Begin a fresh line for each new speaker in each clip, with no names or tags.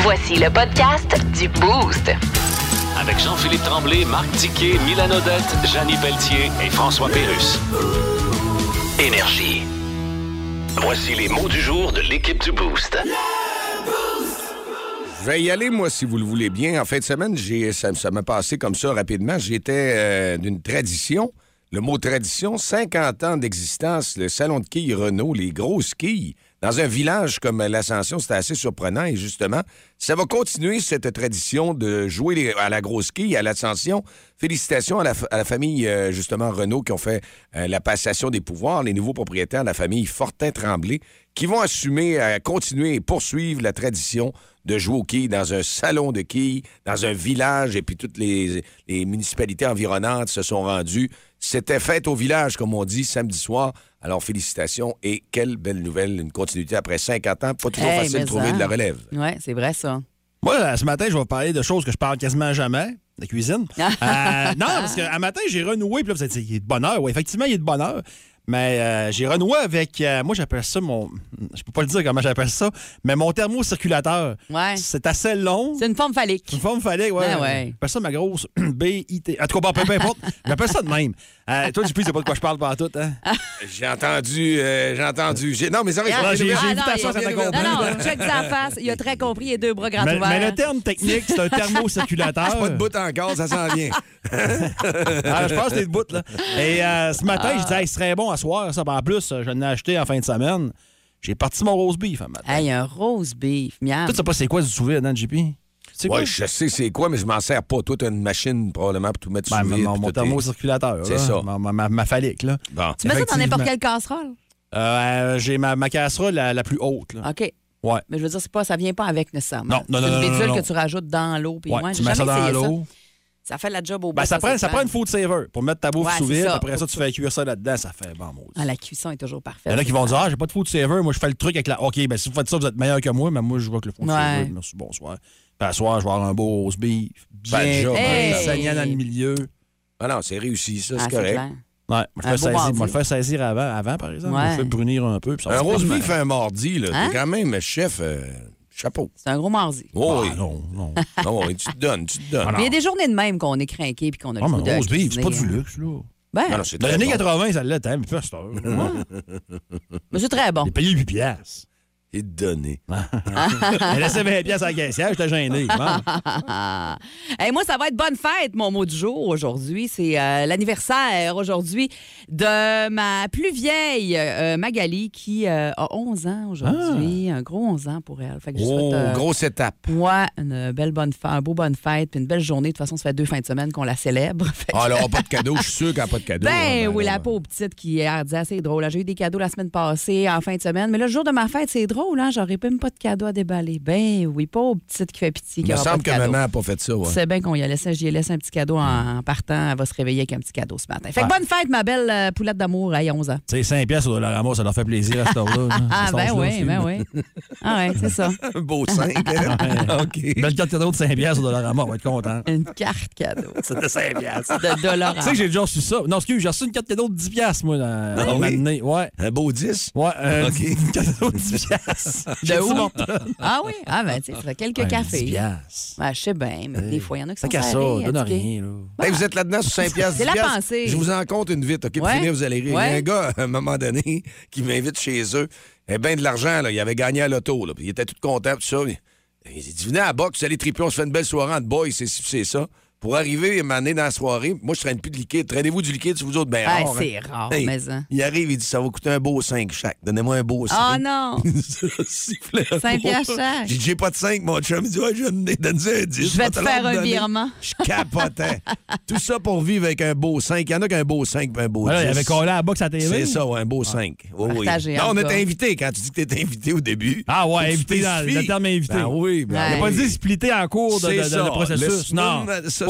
Voici le podcast du Boost.
Avec Jean-Philippe Tremblay, Marc Tiquet, Milan Odette, Janine Pelletier et François Pérus. Énergie. Voici les mots du jour de l'équipe du Boost.
Je vais y aller, moi, si vous le voulez bien. En fin de semaine, j'ai, ça, ça m'a passé comme ça rapidement. J'étais euh, d'une tradition. Le mot tradition, 50 ans d'existence, le salon de quilles Renault, les grosses quilles. Dans un village comme l'Ascension, c'était assez surprenant. Et justement, ça va continuer cette tradition de jouer les- à la grosse quille, à l'Ascension. Félicitations à la, f- à la famille, euh, justement, Renault, qui ont fait euh, la passation des pouvoirs, les nouveaux propriétaires, la famille Fortin-Tremblay, qui vont assumer, à continuer et poursuivre la tradition de jouer aux quilles dans un salon de quilles, dans un village, et puis toutes les, les municipalités environnantes se sont rendues. C'était fête au village, comme on dit, samedi soir. Alors, félicitations et quelle belle nouvelle, une continuité après 50 ans. Pas toujours
Hey,
facile de
mais
trouver
ça.
de la relève.
Oui, c'est vrai, ça.
Moi, euh, ce matin, je vais vous parler de choses que je parle quasiment jamais. La cuisine.
Ah.
Euh, non, parce qu'un matin, j'ai renoué. Puis là, vous allez dire, il est de bonne heure. Oui, effectivement, il est de bonne heure. Mais euh, j'ai renoué avec. euh, moi, j'appelle ça mon. Je peux pas le dire comment j'appelle ça, mais mon thermocirculateur.
Ouais.
C'est assez long.
C'est une forme phallique.
Une forme phallique, ouais.
Ah ouais.
J'appelle ça ma grosse B-I-T. En tout cas, bon, peu importe. J'appelle ça de même. Euh, toi, tu sais pas de quoi je parle pas tout, hein?
J'ai entendu, euh, j'ai entendu. j'ai- Non, mais ça
Ah, j'ai-
j'ai
j'ai vu ta face,
il-
ça t'a compris.
Non, non, check sa face. Il a très compris. Il a deux bras grands
Mais,
ouverts.
mais le terme technique, c'est un thermocirculateur.
pas de bout encore, ça s'en vient.
Ah, je pense que t'es de bout, là. Et euh, ce matin, je disais, Hey, ce serait bon à soir, ça. Puis En plus, je l'ai acheté en fin de semaine. J'ai parti mon rose beef, en matin.
Hey, un rose beef, miam.
Toi, tu sais pas c'est quoi du souverain, hein, JP? C'est quoi?
Ouais, je sais c'est quoi, mais je m'en sers pas. Toi, t'as une machine probablement pour tout mettre
Ben,
sous
mon-
vide,
mon,
puis
mon
tout est-
thermocirculateur.
C'est
là.
ça.
Ma, ma- ma- ma phallique, là.
Bon.
Tu mets ça dans n'importe
effectivement.
quelle casserole.
Euh, J'ai ma, ma casserole la, la plus haute, là.
OK.
Ouais.
Mais je veux dire, c'est pas, ça vient pas avec nécessairement.
Non, non,
C'est
non,
une
non,
bidule
non, non.
que tu rajoutes dans l'eau. Puis
Ouais,
moi, j'ai
tu mets ça
jamais
dans
essayé
l'eau.
Ça fait la job au bout.
Ben, ça, prend,
c'est
ça
clair.
prend une faute saver pour mettre ta bouffe
Ouais,
sous
c'est
vide.
ça.
Après ça, tu fais cuire ça là-dedans. Ça fait bon, maudit.
Ah, la cuisson est toujours
Il
parfaite.
y en a qui vont dire Ah, j'ai pas de food saver, moi je fais le truc avec la. OK, ben si vous faites ça, vous êtes meilleur que moi, mais moi je vois que le food
Ouais.
saver. Merci, bonsoir. Puis à soir, je vais avoir un beau roast beef. ben, Bien,
Bad job,
bien
hein.
saignant dans le milieu.
Ah non, c'est réussi, ça,
Ah,
c'est
c'est
correct.
clair.
Ouais, moi, je
Un
vais
beau mardi.
le faire saisir avant, avant, par exemple.
Ouais.
Je vais le brunir un peu. puis ça va
Un
faire
rose
mal.
beef un mardi, là.
Hein?
T'es quand même chef. euh, chapeau.
C'est un gros mardi.
Oh,
Ah,
oui.
non, non.
Non, oui, tu te donnes, tu te donnes.
Mais Il y a des journées de même qu'on est craqué puis qu'on a
Ah,
le goût
mais
de
un roast beef, c'est pas du
cuisiner, hein.
luxe, là.
Ben,
Ah Non, non, c'est
Dans les
très
années
bon.
80, ça l'était, hein, mais pas cette heure. Ouais.
mais c'est très bon.
J'ai payé 8 piastres.
Et te donner.
J'ai laissé 20 piastres à la caissière, j'étais gêné. Bon.
Et moi, ça va être bonne fête, mon mot du jour aujourd'hui. C'est euh, l'anniversaire aujourd'hui de ma plus vieille euh, Magali qui euh, a 11 ans aujourd'hui.
Ah!
Un gros 11 ans pour elle. Fait que je
Oh,
souhaite, euh,
grosse étape.
ouais, une belle bonne fête, un beau bonne fête, puis une belle journée. De toute façon, ça fait deux fins de semaine qu'on la célèbre. Fait que-
Ah, elle aura pas de cadeau, je suis sûr qu'elle n'a pas de cadeau.
Ben
hein,
oui, la
non.
pauvre petite qui hier disait, Ah, c'est drôle. hein, J'ai eu des cadeaux la semaine passée, en fin de semaine. Mais là, le jour de ma fête, c'est drôle, hein? J'aurais même pas de cadeau à déballer. Ben oui, pauvre petite qui fait pitié.
Il
qui
me
aura pas
semble
de
que
cadeau.
maman n'a pas fait ça, ouais.
C'est bien qu'on y a laissé, j'y ai laissé un petit cadeau en, en partant. Elle va se réveiller avec un petit cadeau ce matin. Fait que bonne fête, ma belle euh, poulette d'amour à 11 ans.
Tu sais, 5 piastres au Dollarama, ça leur fait plaisir à cette heure-là. là. À
Ah,
cet
ben
âge-là,
oui,
c'est-
ben oui. Ah, ouais, c'est ça.
Un beau 5.
hein.
OK.
Belle carte cadeau de 5 piastres au Dollarama, on va être content.
Une carte cadeau
C'était 5 piastres.
de dollars.
Tu sais que j'ai déjà reçu ça. Non, excuse, j'ai reçu une carte cadeau de 10 piastres, moi, dans
Ah
dans ma
oui?
année. Ouais.
Un beau 10.
Ouais, euh,
OK.
une carte cadeau de 10 piastres.
De où? Ah oui? Ah, ben, tu sais, ça fait quelques cafés.
10 piastres.
Ouais, je sais bien, mais des fois, il y en a qui
T'as
sont
qu'à ça,
serrés,
donne
étiqués.
rien, là.
Hey, vous êtes là-dedans sur 5 piastres,
C'est
10
la
piastres.
pensée.
Je vous en compte une vite, OK? Pour
Ouais.
finir, vous allez rire.
Ouais.
Il y a un gars, à un moment donné, qui m'invite chez eux. Eh bien, de l'argent, là. Il avait gagné à l'auto, là. Puis il était tout content, tout ça. Il il dit, venez à la boxe, vous allez triper, on se fait une belle soirée entre boys, c'est c'est ça. Pour arriver et m'amener dans la soirée, moi, je traîne plus de liquide. Traînez-vous du liquide sur vous autres, ben
Ah,
rare, hein.
c'est rare,
Hey,
mais hein.
Il arrive, il dit, ça va coûter un beau 5 chaque. Donnez-moi un beau 5.
Ah non!
Sifflet.
Cinq piastres chaque.
J'ai dit, j'ai pas de 5, mon chum. Il dit, ouais, je vais te donner un 10.
Je vais te
l'en
faire un
donner.
virement.
Je capotais. Tout ça pour vivre avec un beau 5. Il y en a qu'un beau 5 un beau
Ouais,
10.
là, il avait collé à la boxe à la TV.
C'est ça, ouais, un beau 5. Oui, oui.
Partagé,
Non,
en
on
tout cas.
était invité quand tu dis que t'es invité au début.
Ah ouais,
Faut que tu
invité dans-
spécifies.
le terme invité.
Ben oui, ben
Ouais.
Il a
oui.
pas dit splitter en cours de, de-
C'est
de-
ça.
le processus.
Le-
non.
ça-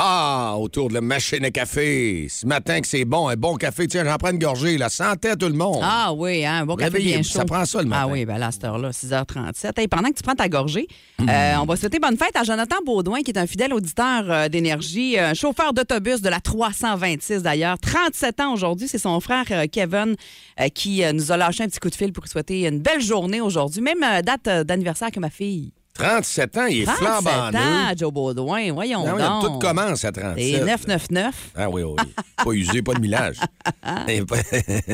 Ah, autour de la machine à café. Ce matin que c'est bon, un bon café. Tiens, j'en prends une gorgée. La santé à tout le monde.
Ah oui, hein, un bon café
Réveillez-vous,
bien chaud.
ça prend ça, le matin.
Ah oui, ben là, à cette heure-là, 6h37. Hey, pendant que tu prends ta gorgée,
Hmm.
euh, on va souhaiter bonne fête à Jonathan Baudouin, qui est un fidèle auditeur euh, d'énergie, euh, chauffeur d'autobus de la 326 d'ailleurs. 37 ans aujourd'hui, c'est son frère euh, Kevin euh, qui euh, nous a lâché un petit coup de fil pour lui souhaiter une belle journée aujourd'hui, même euh, date euh, d'anniversaire que ma fille.
37 ans, il est
37
flambant
ans,
neuf. Ben
Joe Baudouin, voyons
Non,
donc.
Ah Tout commence à 37.
Et 999.
Ah oui, oui. Pas usé, pas de millage. Et pas-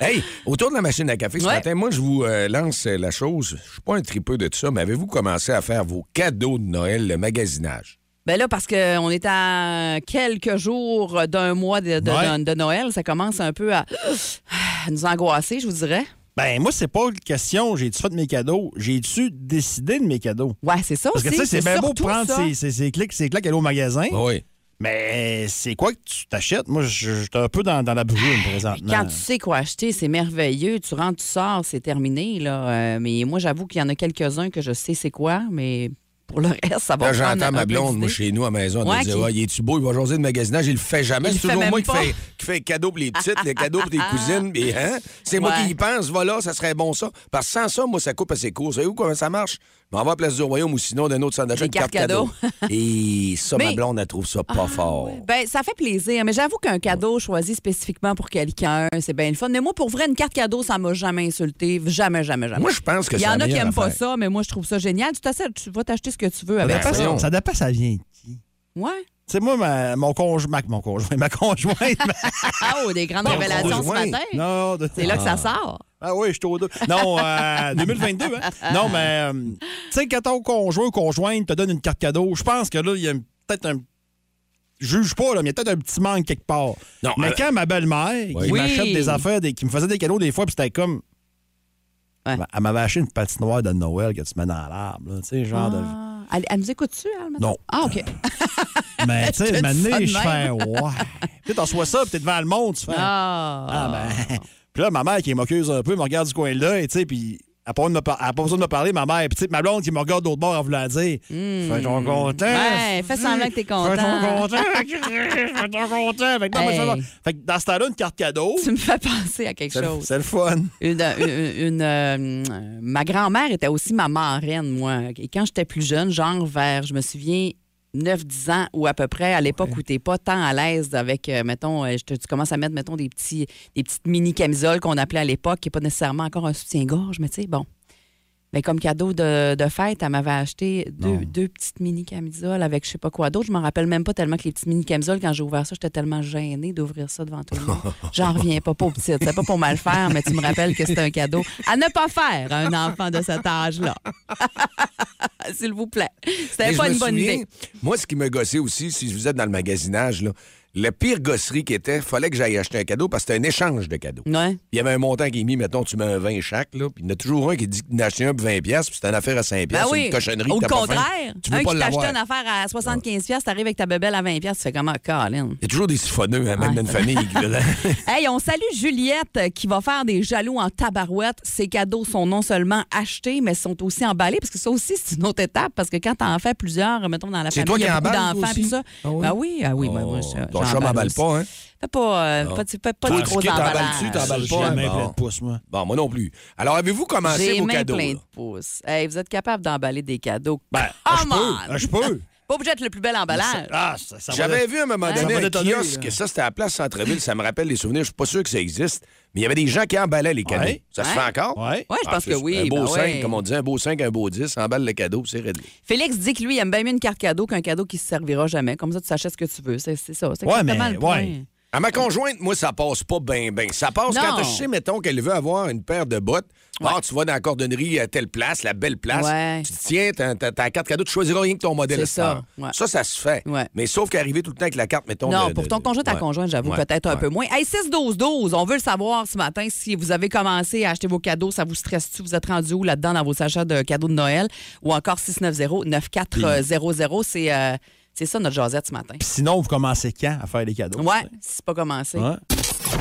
hey, autour de la machine à café ce
Ouais.
matin, moi, je vous euh, lance la chose. Je suis pas un tripeux de tout ça, mais avez-vous commencé à faire vos cadeaux de Noël, le magasinage?
Ben là, parce qu'on est à quelques jours d'un mois de, de-
Ouais.
de- de Noël, ça commence un peu à, à nous angoisser, je vous dirais.
Ben, moi, c'est pas une question. J'ai-tu fait de mes cadeaux? J'ai-tu décidé de mes cadeaux?
Ouais, c'est ça
Parce que,
aussi.
tu sais, c'est bien beau
surtout
prendre
ça.
ses, ses- ses clics, ses claques, aller au magasin.
Oui.
Mais c'est quoi que tu t'achètes? Moi, je je suis un peu dans, dans la brune, présentement.
Quand tu sais quoi acheter, c'est merveilleux. Tu rentres, tu sors, c'est terminé. Là. Euh, mais moi, j'avoue qu'il y en a quelques-uns que je sais c'est quoi, mais pour le reste, ça va
Là,
prendre un
j'entends ma
peu
blonde, moi,
d'idées.
chez nous, à la maison,
Ouais,
elle me dit
qui-
Ah, il est-tu beau, il va jaser de magasinage, il le fait jamais.
Il
C'est
le fait
toujours moi
même
qui
pas. Ah,
fais, qui fais cadeau pour les petites, les cadeaux pour tes cousines. puis, hein? C'est moi
Ouais.
qui y pense, voilà, ça serait bon ça. Parce que sans ça, moi, ça coupe à ses cours. Savez-vous comment ça marche? Je m'en vais à Place du Royaume ou sinon d'un autre centre d'achat,
Des
une carte
cartes
cadeau. Et ça, ma
Mais-
blonde, elle trouve ça pas fort.
Ben, ça fait plaisir, mais j'avoue qu'un cadeau choisi spécifiquement pour quelqu'un, c'est bien le fun. Mais moi, pour vrai, une carte cadeau, ça m'a jamais insulté. Jamais, jamais, jamais.
Moi, je pense que
ben, Il y
c'est la
en a qui
meilleure
n'aiment pas
affaire.
ça, mais moi, je trouve ça génial. Tu, t'assèdes- tu vas t'acheter ce que tu veux
Ça
avec
dépend,
ça.
voyons.
ça, ça dépend, ça vient de qui?
Ouais.
Tu sais, moi, ma- mon conjoint, ma, mon conjoint, ma conjointe, ma-
Ah, oh, des grandes
Bon,
révélations ce
conjoint.
matin.
non, de-
C'est là que ça sort.
Ah oui, je suis au deux. Non, euh, 2022, hein? Non, mais, euh, tu sais, quand ton conjoint ou conjointe te donne une carte cadeau, je pense que là, il y a un- peut-être un. Je juge pas, là, mais il y a peut-être un petit manque quelque part.
Non,
mais
euh,
quand ma belle-mère, qui
Oui.
m'achète des affaires, des- qui me faisait des cadeaux des fois, puis c'était comme.
Ouais.
Elle m'avait acheté une patinoire de Noël que tu mets dans l'arbre, là, tu sais, genre de.
Ah, elle, elle nous écoute-tu, elle? maintenant?
Non.
Ah, OK.
Mais tu
Je te
sais,
dis ça de
m'amener, je fais ouais. Tu t'en sois ça, puis t'es devant le monde, tu fais.
Ah.
Ah ben. Puis là, ma mère qui est moqueuse un peu, me regarde du coin de l'œil, tu sais, puis elle n'a pas, besoin de me parler, ma mère. Puis tu sais, ma blonde qui me regarde d'autre bord en voulant dire. Fais ton content.
Hmm. Ouais, fais semblant que t'es content.
Fais ton content. fais ton content. Fait que, non, mais ça va.
Hey.
Fait que dans ce temps-là, une carte cadeau,
Tu me fais penser à quelque
c'est le-
chose.
c'est le fun.
Une, une- une, euh, euh, ma grand-mère était aussi ma marraine, moi. Et quand j'étais plus jeune, genre vers, je me souviens, 9-10 ans ou à peu près, à l'époque où t'es pas tant à l'aise avec, euh, mettons, euh, je te- tu commences à mettre, mettons, des, petits, des petites mini-camisoles qu'on appelait à l'époque, qui n'est pas nécessairement encore un soutien-gorge, mais tu sais, bon. Mais comme cadeau de, de fête, elle m'avait acheté deux, deux petites mini camisoles avec je sais pas quoi d'autre. Je m'en rappelle même pas tellement que les petites mini camisoles, quand j'ai ouvert ça, j'étais tellement gênée d'ouvrir ça devant tout le monde. J'en reviens pas, pas aux petites. C'est pas pour mal faire, mais tu me rappelles que c'était un cadeau à ne pas faire à un enfant de cet âge-là. S'il vous plaît. C'était
Mais
pas
je me
une bonne
souviens,
idée.
Moi, ce qui me gossait aussi, si vous êtes dans le magasinage, là, la pire gosserie qui était, fallait que j'aille acheter un cadeau parce que c'était un échange de cadeaux.
Ouais.
Il y avait un montant qui est mis, mettons, tu mets un 20 chaque, là, puis il y en a toujours un qui dit d'acheter un pour 20$, puis c'est une affaire à 5$,
Ben
c'est
oui.
une cochonnerie.
Au
t'as pas faim.
contraire,
tu
un
veux pas
qui
l'avoir.
t'achetait une affaire à 75$, piastres, t'arrives avec ta bebelle à 20$, piastres, tu fais comment, Colin?
Il y a toujours des siphonneux, hein, même
Ouais.
dans une famille. hein. là.
Hey, on salue Juliette euh, qui va faire des jaloux en tabarouette. Ses cadeaux sont non seulement achetés, mais sont aussi emballés, parce que ça aussi, c'est une autre étape, parce que quand t'en fais plusieurs, euh, mettons, dans la
C'est toi
famille, il y a
qui
beaucoup
emballes, toi
d'enfants,
aussi?
puis ça.
Ah oui?
Ben oui, ah oui, ben moi,
Oh, Ton
je- j'emballe
chat m'emballe
aussi.
pas, hein?
Fais pas, euh, fais pas, tu- fais pas
Toi,
des
du
gros
kit, t'emballes-tu,
emballages.
Ah, t'emballes
J'ai
pas,
la main
bon.
pleine de pouces, moi.
Bon, moi non plus. Alors, avez-vous commencé
J'ai
vos
les mains
cadeaux?
pleines
là?
de pouces. Hey, vous êtes capable d'emballer des cadeaux.
Ben, je
Come
peux.
on!
Je peux.
Pas obligé d'être le plus bel emballage.
Ah, ça, ça va
J'avais
être-
vu à un moment
Ouais.
donné
Ça va
un
détonner,
kiosque,
là.
ça c'était à la place Centre-Ville, ça me rappelle les souvenirs, je suis pas sûr que ça existe, mais il y avait des gens qui emballaient les cadeaux.
Ouais.
Ça se
Ouais.
fait encore?
Ouais.
Ouais, je
Ah,
pense
c'est
que oui.
Un beau
ben
5,
ouais.
comme on dit, un beau 5, un beau 10, emballe le cadeau, c'est réglé.
Félix dit que lui, il aime bien mieux une carte cadeau qu'un cadeau qui se servira jamais. Comme ça, tu s'achètes ce que tu veux. C'est c'est ça. C'est
Ouais,
exactement
mais-
le point.
ouais.
À ma conjointe, moi, ça passe pas bien, bien. Ça passe
Non.
quand je sais, mettons, qu'elle veut avoir une paire de bottes. Ah, tu vas dans la cordonnerie à telle place, la belle place.
Ouais.
Tu te tiens, t'as t'as- t'as la carte cadeau, tu choisiras rien que ton modèle
C'est
star.
ça, ouais.
Ça, ça se fait.
Ouais.
Mais sauf qu'arriver tout le temps avec la carte, mettons.
Non,
de-
pour
de-
ton
de-
conjoint, ta
ouais.
conjoint, j'avoue,
Ouais.
peut-être un
Ouais.
peu moins. Hey, 6-12-12, on veut le savoir ce matin si vous avez commencé à acheter vos cadeaux, ça vous stresse-tu, vous êtes rendu où là-dedans dans vos achats de cadeaux de Noël ou encore 690-9400. C'est euh, c'est ça notre jasette ce matin.
Puis sinon, vous commencez quand à faire les cadeaux?
Ouais, c'est pas commencé.
Ouais.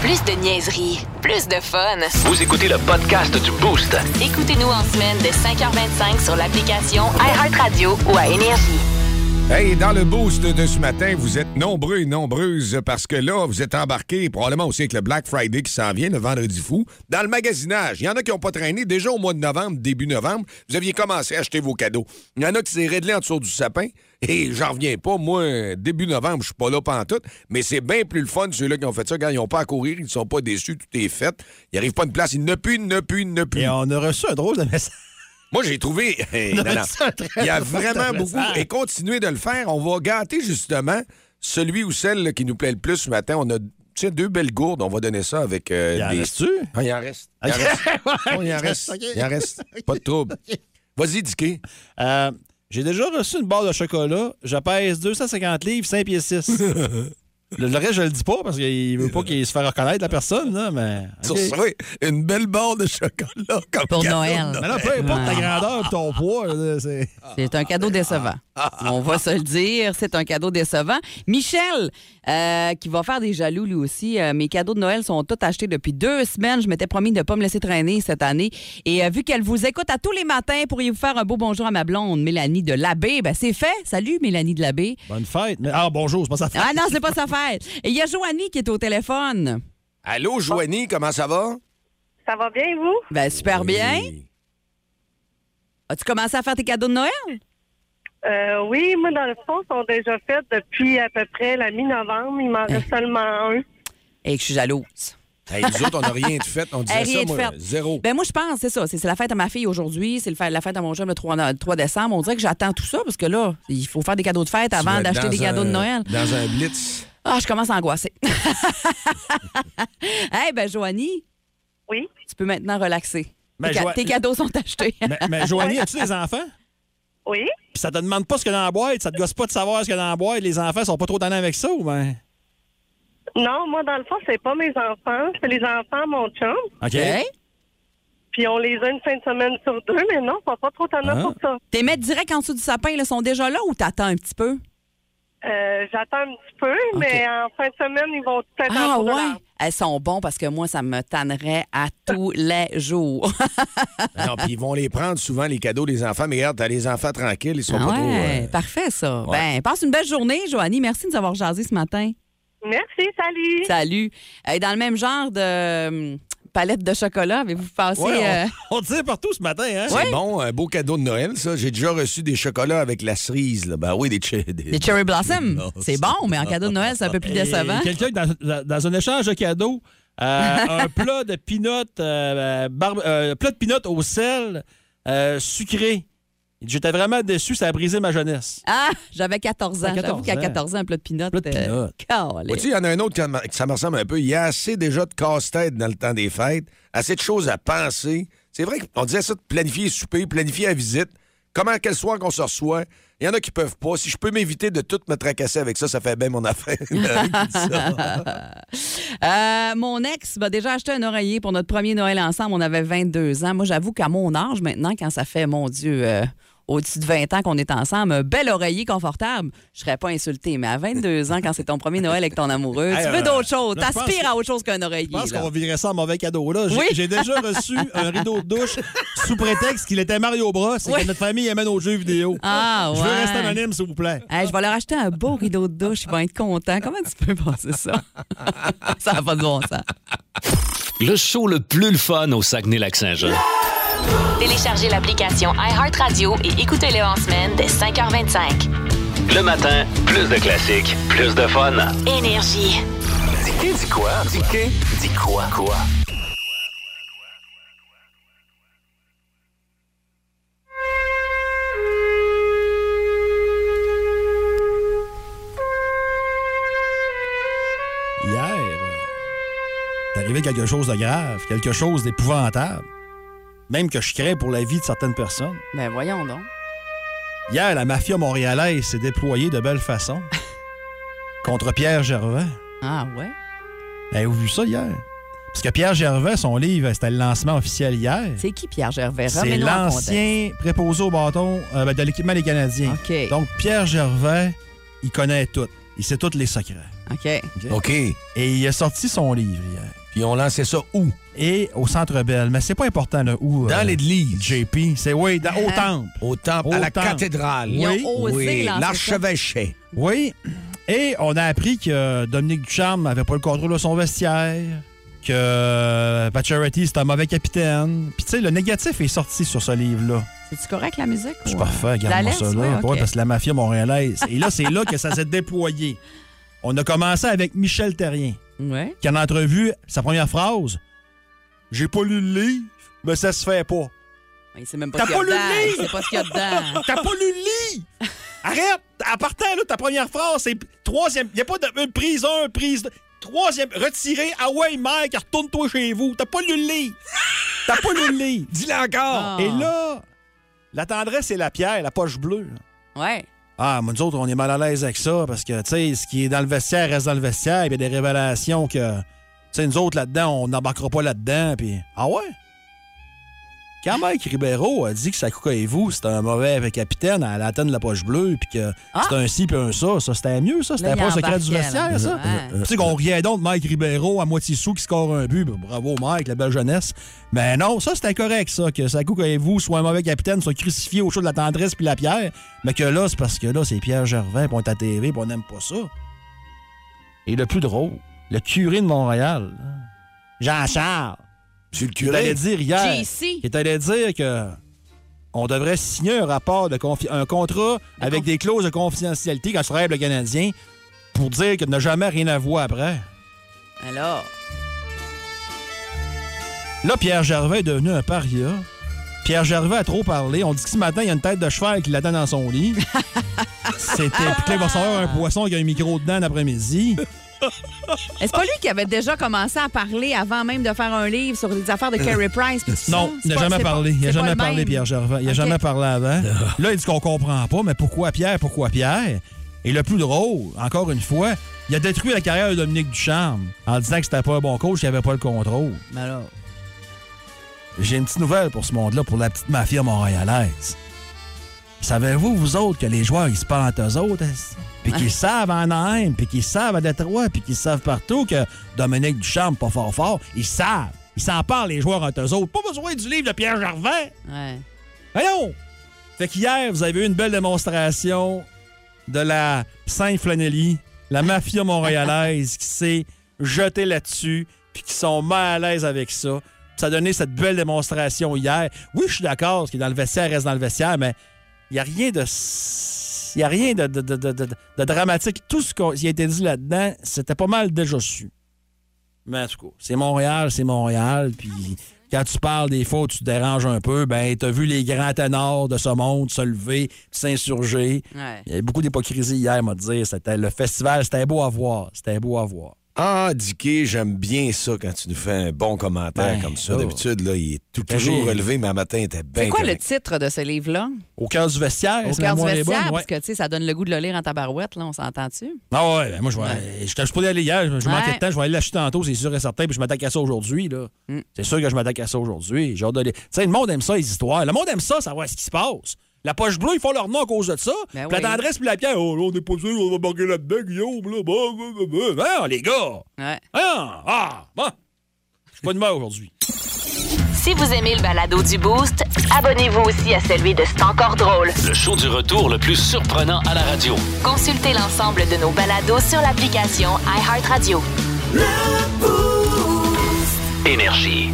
Plus de niaiserie, plus de fun.
Vous écoutez le podcast du Boost.
Écoutez-nous en semaine de 5h25 sur l'application iHeartRadio ou à Énergie.
Hey, dans le boost de ce matin, vous êtes nombreux et nombreuses parce que là, vous êtes embarqués probablement aussi avec le Black Friday qui s'en vient, le vendredi fou, dans le magasinage. Il y en a qui n'ont pas traîné. Déjà au mois de novembre, début novembre, vous aviez commencé à acheter vos cadeaux. Il y en a qui s'est réglé en dessous du sapin et j'en reviens pas. Moi, début novembre, je suis pas là pantoute, mais c'est bien plus le fun ceux-là qui ont fait ça. Quand ils n'ont pas à courir, ils sont pas déçus, tout est fait. Il arrive pas une place, il ne plus, ne plus, ne plus.
Et on a reçu un drôle de message.
Moi, j'ai trouvé. Hey,
Non,
non, non.
c'est un très
Il y a
bon
vraiment
message.
beaucoup. Et continuez de le faire. On va gâter justement celui ou celle qui nous plaît le plus ce matin. On a tiens, deux belles gourdes. On va donner ça avec euh,
Il en
des.
reste-tu?
Ah, il en reste. Il en
Ok.
reste. Non, il en
Il
reste.
reste, ok.
Il en reste. Pas de trouble. Vas-y, Dicky.
Euh, J'ai déjà reçu une barre de chocolat. Je pèse 250 livres, 5 pieds 6. Le, le reste, je le dis pas parce qu'il veut pas qu'il se fasse reconnaître la personne, là, mais.
Tu
ok.
reçois une belle barre de chocolat comme cadeau
Pour
de
Noël.
Mais là, peu importe ta
Ouais.
grandeur et ton poids, là, c'est.
C'est un cadeau décevant. On va se le dire, c'est un cadeau décevant. Michel, euh, qui va faire des jaloux lui aussi, euh, mes cadeaux de Noël sont tous achetés depuis deux semaines. Je m'étais promis de ne pas me laisser traîner cette année. Et euh, vu qu'elle vous écoute à tous les matins, pourriez-vous faire un beau bonjour à ma blonde, Mélanie de l'Abbé? Ben, c'est fait. Salut, Mélanie de l'Abbé.
Bonne fête. Mais, ah, bonjour, c'est pas ça.
Ah non, c'est pas sa fête. Et il y a Joanie qui est au téléphone.
Allô, Joanie, comment ça va?
Ça va bien, vous?
Ben, super bien.
Oui.
As-tu commencé à faire tes cadeaux de Noël?
Euh, oui, moi, dans le fond, ils sont déjà faits depuis à peu près la mi-novembre.
Hein?
Il m'en reste seulement un.
Et que Eh, je suis jalouse.
Hey, nous autres, on n'a rien de fait. On disait
Hey, rien
ça,
de
moi,
fait.
zéro.
Ben moi, je pense, c'est ça. C'est c'est la fête à ma fille aujourd'hui. C'est le fa- la fête à mon chum le 3, no- le 3 décembre. On dirait que j'attends tout ça parce que là, il faut faire des cadeaux de fête
Tu vas
avant
être
d'acheter
dans
des cadeaux
un-
de Noël.
Dans un blitz.
Ah, je commence à angoisser. hey, ben Joanie,
Oui.
tu peux maintenant relaxer.
Ben,
tes, ca-
Joa- Ben,
tes cadeaux sont achetés.
Mais, mais Joanie, as-tu des enfants?
Oui.
Puis ça te demande pas ce qu'il y a dans la boîte, ça te gosse pas de savoir ce qu'il y a dans la boîte, les enfants sont pas trop tannés avec ça ou ben.
Non, moi, dans le fond, c'est pas mes enfants. C'est les enfants, à mon chum.
OK.
Hein?
Puis on les a une fin de semaine sur deux, mais non, ils sont pas trop tannants
Ah.
pour ça.
Tes mettre direct en dessous du sapin, ils sont déjà là ou t'attends un petit peu?
Euh, J'attends un petit peu, mais en fin de semaine, ils vont tout être en
Ah
cours de
ouais?
l'arbre.
Elles sont bons parce que moi, ça me tannerait à tous les jours.
Non, puis ils vont les prendre souvent, les cadeaux des enfants. Mais regarde, t'as les enfants tranquilles, ils sont
Ah
pas trop.
ouais,
euh,
parfait ça.
ouais.
Ben, passe une belle journée, Joanie. Merci de nous avoir jasé ce matin.
Merci, salut.
Salut. Euh, dans le même genre de euh, palette de chocolat, avez-vous passé
Ouais,
euh,
on, on tire partout ce matin, hein?
C'est bon, un beau cadeau de Noël, ça. J'ai déjà reçu des chocolats avec la cerise, là. Ben oui, des, che- des-
euh, des cherry blossoms?
Non,
C'est bon, mais en cadeau de Noël, c'est un peu plus
Et
décevant.
Quelqu'un qui, dans, dans- dans un échange de cadeaux, euh, un plat de euh, pinot, plat de pinot au sel euh, sucré. J'étais vraiment déçu, ça a brisé ma jeunesse.
Ah, j'avais 14 ans.
À 14
J'avoue qu'à
ans.
14 ans, un plat de euh, pinot.
Plat de peanuts.
Vois-tu, il y en a un autre qui en- qui ça me ressemble un peu. Il y a assez déjà de casse-tête dans le temps des fêtes, assez de choses à penser. C'est vrai qu'on disait ça de planifier le souper, planifier la visite. Comment, quel soir qu'on se reçoit. Il y en a qui peuvent pas. Si je peux m'éviter de tout me tracasser avec ça, ça fait bien mon affaire. Il y en a qui disent ça.
Euh, mon ex m'a déjà acheté un oreiller pour notre premier Noël ensemble. On avait 22 ans. Moi, j'avoue qu'à mon âge maintenant, quand ça fait, mon Dieu, euh, au-dessus de 20 ans qu'on est ensemble, un bel oreiller confortable, je serais pas insultée. Mais à 22 ans, quand c'est ton premier Noël avec ton amoureux,
Hey,
tu veux
euh,
d'autres choses.
là, je pense
T'aspires
que-
à autre chose qu'un oreiller.
Je pense
là.
qu'on virait ça en mauvais cadeau. Là. J'ai,
Oui.
j'ai déjà reçu un rideau de douche sous prétexte qu'il était Mario Bros et
Oui.
que notre famille amène aux jeux vidéo.
Ah,
Je veux
ouais.
rester anonyme, s'il vous plaît.
Hey, je vais leur acheter un beau rideau de douche, ils vont être contents. Comment tu peux penser ça? ça n'a pas de bon sens.
Le show le plus le fun au Saguenay-Lac-Saint-Jean.
Téléchargez l'application iHeartRadio et écoutez-le en semaine dès 5h25.
Le matin, plus de classiques, plus de fun.
Énergie.
Dicky dit quoi? Dicky dit quoi? Quoi?
Hier, euh,
Ah.
est arrivé quelque chose de grave, quelque chose d'épouvantable, même que je crée pour la vie de certaines personnes.
Ben voyons donc.
Hier, la mafia montréalaise s'est déployée de belle façon contre Pierre Gervais.
Ah ouais?
Avez-vous vu ça hier? Parce que Pierre Gervais, son livre, c'était le lancement officiel hier.
C'est qui Pierre Gervais?
C'est
Remets-nous en
l'ancien préposé au bâton euh, ben, de l'équipement des Canadiens.
contexte.
Donc, Pierre Gervais, il connaît tout. Il sait tous les secrets.
OK. OK.
OK.
Et il a sorti son livre hier.
Puis on lançait ça où?
Et au Centre Belle. Mais c'est pas important, là, où.
Dans
euh,
l'église.
JP. C'est, oui, dans- au temple.
Au temple,
Au
à la
temple.
cathédrale.
Ils ont
Oui,
osé
oui,
lancer ça.
l'archevêché.
Oui. Et on a appris que euh, Dominique Ducharme n'avait pas le contrôle de son vestiaire, que euh, Pacioretty, c'était un mauvais capitaine. Puis tu sais, le négatif est sorti sur ce livre-là.
C'est-tu correct, la musique?
C'est
ou, euh,
parfait, regarde-moi
d'Alex,
ça là.
oui, ok.
Ouais, parce que la mafia montréalaise. Et là, c'est là que ça s'est déployé. On a commencé avec Michel Terrien,
Ouais.
qui en entrevue, sa première phrase J'ai pas lu le livre, mais ça se fait pas.
Il sait même pas
T'as
ce qu'il y a
pas lu le
dedans.
livre!
Il sait pas ce qu'il y a dedans.
T'as pas lu le livre! Arrête! En partant, là, ta première phrase, c'est troisième. Y a pas de une prise 1, prise 2. Troisième, retiré. Ah ouais, mec, retourne-toi chez vous. T'as pas lu le livre! T'as pas lu le livre!
Dis-le encore!
Ah.
Et là, la tendresse et la pierre, la poche bleue. là.
Ouais.
Ah, moi, nous autres, on est mal à l'aise avec ça parce que, tu sais, ce qui est dans le vestiaire reste dans le vestiaire. Il y a des révélations que, tu sais, nous autres, là-dedans, on n'embarquera pas là-dedans. Puis, ah ouais? Quand Mike Ribeiro a dit que Sakuka et vous, c'était un mauvais capitaine à l'antenne de la poche bleue, puis que
Ah!
c'était un ci puis un ça, ça, c'était mieux, ça?
Là,
C'était
il
pas un secret du
embarquait,
vestiaire,
là.
ça?
Ouais.
Tu sais qu'on riait donc de Mike Ribeiro à moitié sous qui score un but. Ben, Bravo, Mike, la belle jeunesse. Mais non, ça, c'était correct, ça, que Sakou et vous soit un mauvais capitaine, soit crucifié au chaud de la tendresse puis la pierre. Mais que là, c'est parce que là, c'est Pierre Gervais, puis on est à TV, puis on n'aime pas ça. Et le plus drôle, le curé de Montréal, Jean-Charles,
Monsieur le
qui est allé
curé,
dire hier,
JC.
qui est allé dire que on devrait signer un rapport de confi- un contrat avec des clauses de confidentialité quand je travaille avec le Canadien pour dire qu'il n'a jamais rien à voir après.
Alors.
Là, Pierre Gervais est devenu un paria. Pierre Gervais a trop parlé. On dit que ce matin, il y a une tête de cheval qui l'attend dans son lit. C'était. Puis là, il va sortir un poisson qui a un micro dedans l'après-midi.
Est-ce pas lui qui avait déjà commencé à parler avant même de faire un livre sur les affaires de Carey Price? puis tout
Euh, Non,
ça?
il
C'est
n'a
pas-
jamais
c'est pas-
parlé. Il
c'est
n'a
pas
jamais
le
parlé,
même.
Pierre Gervais. Il n'a
Ok.
jamais parlé avant. Là, il dit qu'on comprend pas, mais pourquoi Pierre, pourquoi Pierre? Et le plus drôle, encore une fois, il a détruit la carrière de Dominique Ducharme en disant que c'était pas un bon coach, qu'il avait pas le contrôle.
Mais alors.
J'ai une petite nouvelle pour ce monde-là, pour la petite mafia montréalaise. Savez-vous, vous autres, que les joueurs, ils se parlent entre eux autres, est-ce? puis qu'ils savent en Anaheim, puis qu'ils savent à Détroit, puis qu'ils savent partout que Dominique Duchamp, pas fort fort, ils savent. Ils s'en parlent, les joueurs, entre eux autres. Pas besoin du livre de Pierre Gervais.
Ouais.
Voyons! Fait qu'hier, vous avez eu une belle démonstration de la Saint-Flanelli, la mafia montréalaise qui s'est jetée là-dessus, puis qui sont mal à l'aise avec ça. Puis Ça a donné cette belle démonstration hier. Oui, je suis d'accord, ce qui est dans le vestiaire reste dans le vestiaire, mais il n'y a rien de... s- Il y a rien de, de- de- de- de- de dramatique. Tout ce qu'on- qui a été dit là-dedans, c'était pas mal déjà su. Mais en tout cas, c'est Montréal, c'est Montréal. Puis quand tu parles des fois, où tu te déranges un peu. Ben, t'as vu les grands ténors de ce monde se lever, s'insurger.
Ouais.
Il y a eu beaucoup d'hypocrisie hier, m'a dire. C'était le festival, c'était beau à voir. C'était beau à voir.
ah, Dicky, j'aime bien ça quand tu nous fais un bon commentaire
Ben,
comme ça.
oh.
D'habitude, là, il est tout,
Ben,
toujours
j'ai-
relevé, mais à matin, il était bien
C'est quoi le
correct.
titre de ce livre-là?
Au cœur du vestiaire,
Au
si
cœur
la
du
mémoire est bonne,
vestiaire,
ouais.
parce que tu sais, ça donne le goût de le lire en tabarouette, là, on s'entend-tu?
Ah ouais, ben moi je vais. Je suis pas aller hier, je, je
Ouais. Mm.
manquais de temps, je vais aller l'acheter tantôt, c'est sûr et certain, puis je m'attaque à ça aujourd'hui. là. C'est sûr que je m'attaque à ça aujourd'hui. J'ai hâte de les- Tu sais, le monde aime ça, les histoires. Le monde aime ça, savoir ce qui se passe. La poche bleue, ils font leur nom à cause de ça.
Ben
Puis la
oui.
tendresse, puis la pierre. Oh, là, on est pas sûr, on va barrer là-dedans, Guillaume. Là, bah, bah, bah, bah. Ah, les gars!
Ouais.
Ah, ah, bon. Je suis pas de mal aujourd'hui.
Si vous aimez le balado du Boost, abonnez-vous aussi à celui de C'est encore drôle.
Le show du retour le plus surprenant à la radio.
Consultez l'ensemble de nos balados sur l'application iHeartRadio.
Énergie.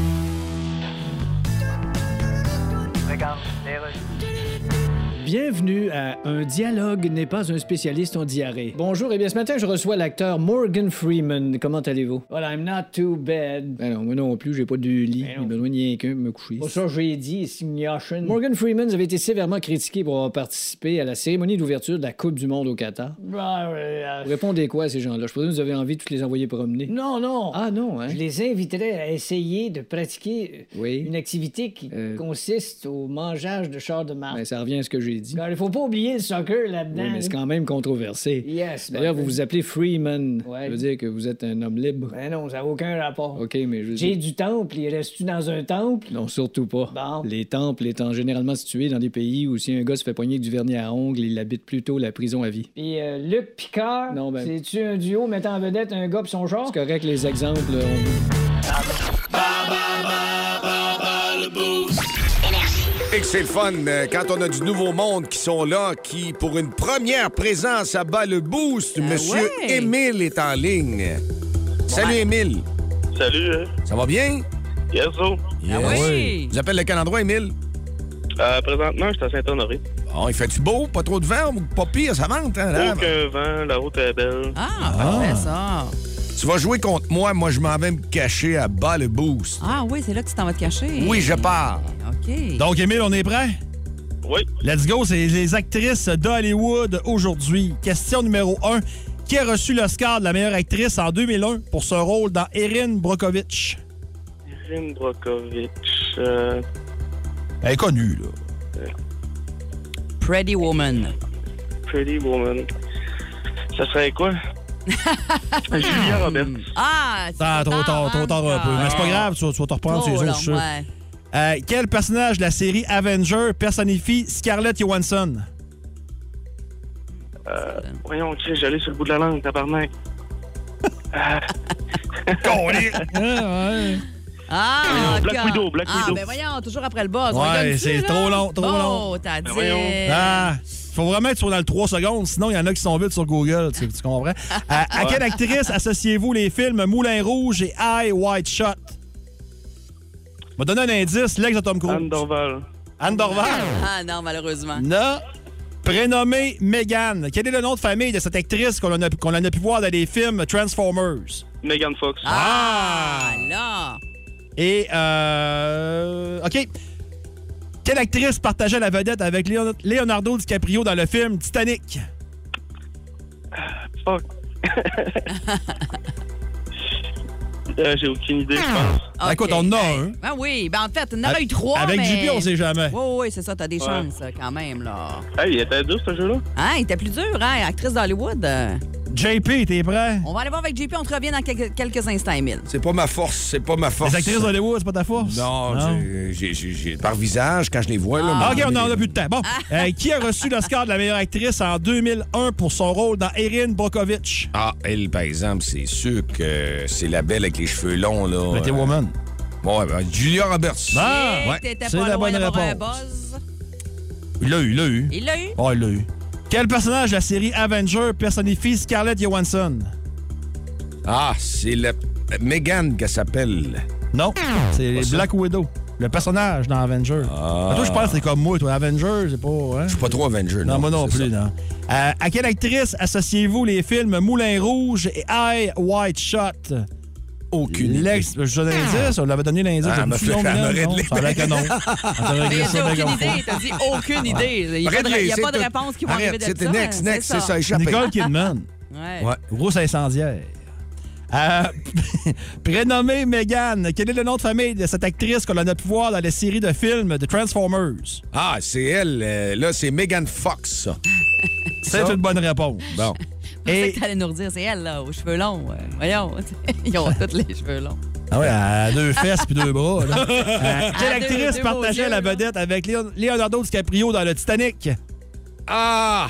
Bienvenue à Un dialogue n'est pas un spécialiste en diarrhée. Bonjour, et bien ce matin, je reçois l'acteur Morgan Freeman. Comment allez-vous? Well, I'm not too bad. Ben non, moi non plus, j'ai pas de
Ben
lit. J'ai besoin de rien qu'un me coucher. Pour ça, j'ai dit, signation. Morgan Freeman avait été sévèrement critiqué pour avoir participé à la cérémonie d'ouverture de la Coupe du Monde au Qatar. Vous répondez quoi à ces gens-là? Je présume que vous avez envie de tous les envoyer promener.
euh, Non, non.
Ah non, hein?
Je les inviterais à essayer de pratiquer euh,
Oui.
une activité qui
Euh.
consiste au mangeage de chars de marde.
Ben, ça revient à ce que j'ai dit.
Alors, il faut pas oublier le soccer
Oui,
là-dedans. hein.
mais c'est quand même controversé.
Yes,
D'ailleurs,
ben-
vous vous appelez Freeman.
Ouais.
Ça veut dire que vous êtes un homme libre.
Ben non, ça n'a aucun rapport.
OK, mais je...
J'ai du temple, il reste-tu dans un temple?
Non, surtout pas.
Bon.
Les temples étant généralement situés dans des pays où si un gars se fait poigner avec du vernis à ongles, il habite plutôt la prison à vie.
Puis euh, Luc Picard,
Non, ben-
c'est-tu un duo mettant en vedette un gars pis son genre?
euh, C'est correct, les exemples. on-
Énergie.
Et que c'est le fun euh, quand on a du nouveau monde qui sont là, qui, pour une première présence à bas le boost, Monsieur
Ah ouais.
Émile est en ligne. Salut,
ben.
Émile.
Salut, hein?
Ça va bien?
yes, so.
Ah oui.
Vous appelez de quel endroit, Émile?
Euh, présentement, je suis à Saint-Honoré.
Bon, il fait-tu beau? Pas trop de vent? ou Pas pire, ça monte, hein? là?
ben.
Aucun vent, la route est belle.
Ah, parfait, ça.
Tu vas jouer contre moi. Moi, je m'en vais me cacher à bas le boost.
Ah oui, c'est là que tu t'en vas te cacher.
Oui, je pars.
OK.
Donc, Émile, on est prêt?
Oui,
Let's go, c'est les actrices d'Hollywood aujourd'hui. Question numéro 1. Qui a reçu l'Oscar de la meilleure actrice en 2001 pour son rôle dans Erin Brockovich?
Erin Brockovich. euh,
Elle est connue, là.
Pretty Woman.
Pretty Woman. Ça serait quoi?
Hmm.
Julia Roberts.
Ah, c'est
Ah, trop tard, trop tard un peu. Mais c'est pas grave, tu vas tu vas te reprendre
Oh,
sur les autres, je suis sûr. Euh, quel personnage de la série Avenger personnifie Scarlett Johansson?
Voyons, ok, j'allais sur le bout de la langue, tabarnak.
Ah,
Black
encore.
Widow, Black
ah,
Widow.
ben voyons, toujours après le buzz.
Ouais,
On gagne-tu,
c'est
là?
trop long, trop
bon,
long. Ben
t'as dit.
voyons.
Ah!
Eh.
Faut vraiment être sur dans le 3 secondes, sinon il y en a qui sont vite sur Google, tu, tu comprends? Euh, à quelle actrice associez-vous les films Moulin Rouge et Eye White Shot? Je vais donner un indice, l'ex de Tom Cruise.
Anne Dorval.
Anne Dorval?
Ah non, malheureusement.
Non. Prénommée Megan. Quel est le nom de famille de cette actrice qu'on en a, qu'on en a pu voir dans les films Transformers?
Megan Fox.
Ah!
là.
Et, euh, OK. Quelle actrice partageait la vedette avec Léon- Leonardo DiCaprio dans le film Titanic?
Fuck. Euh, J'ai aucune idée, je pense.
Ah, écoute, on en a un.
Ben oui, ben en fait, on en a eu trois.
Avec
mais...
JP, on sait jamais.
Oui, oui, c'est ça, t'as des chances quand même, là.
Hey, il était dur, ce jeu-là?
Hein, il était plus dur, hein, actrice d'Hollywood. Euh,
JP, t'es prêt?
On va aller voir avec JP, on te revient dans quelques, quelques instants, Emile.
C'est pas ma force, c'est pas ma
Oh,
force.
Les actrices d'Hollywood, c'est pas ta force?
Ah,
Non, j'ai- j'ai- j'ai j'ai- par visage, quand je les vois, là.
Ah,
mais-
OK, on en a plus de temps. Bon,
Ah.
Euh, qui a reçu l'Oscar de la meilleure actrice en 2001 pour son rôle dans Erin Brockovich?
Ah, elle, par exemple, c'est sûr que c'est la belle avec les cheveux longs, là.
Pretty Woman.
Ouais, ben, Julia Roberts.
Ah,
Hey,
ouais,
t'étais
c'est
pas
la
loin
bonne
d'avoir un
réponse.
buzz.
Il l'a eu, il l'a eu.
Il l'a eu.
Oh, il l'a eu. Quel personnage de la série Avenger personnifie Scarlett Johansson?
Ah, c'est la Megan qu'elle s'appelle.
Non, c'est
ça.
Black Widow. Le personnage dans Avenger. Toi, je pense que c'est comme moi, toi. Avenger, c'est pas. hein?
Je suis pas trop Avenger,
Non, moi non
c'est
plus,
ça.
non. Euh, à quelle actrice associez-vous les films Moulin Rouge et Eye White Shot?
Aucune idée.
L'ex, je donne l'indice, on l'avait donné l'indice.
Ah,
j'ai
elle m'a
dit
fait- elle
non, Mylène,
m'a
non,
réglé.
ça a l'air que non. Ça a l'air que
Il
ça,
a dit aucune
bien confond.
idée, t'as dit aucune idée. Il n'y a, pas de- il y a pas de
tout.
réponse qui va
Arrête,
arriver de ça.
C'était next,
hein,
next, c'est ça, échappé.
Nicole Kidman,
Ouais.
Ouais.
grosse incendiaire. Euh, prénommée Megan, quel est le nom de famille de cette actrice qu'on a pu voir dans les séries de films de Transformers?
Ah, c'est elle. euh, là, c'est Megan Fox, ça.
C'est une bonne réponse.
Bon.
Je pensais
Et-
que t'allais nous redire, c'est elle, là, aux cheveux longs. euh, Voyons, ils ont tous les cheveux longs.
Ah ouais, à deux fesses puis deux bras. là. Euh, quelle
À deux-
actrice
deux beaux
partageait
yeux,
la
là.
vedette avec Léon- Leonardo DiCaprio dans le Titanic?
Ah,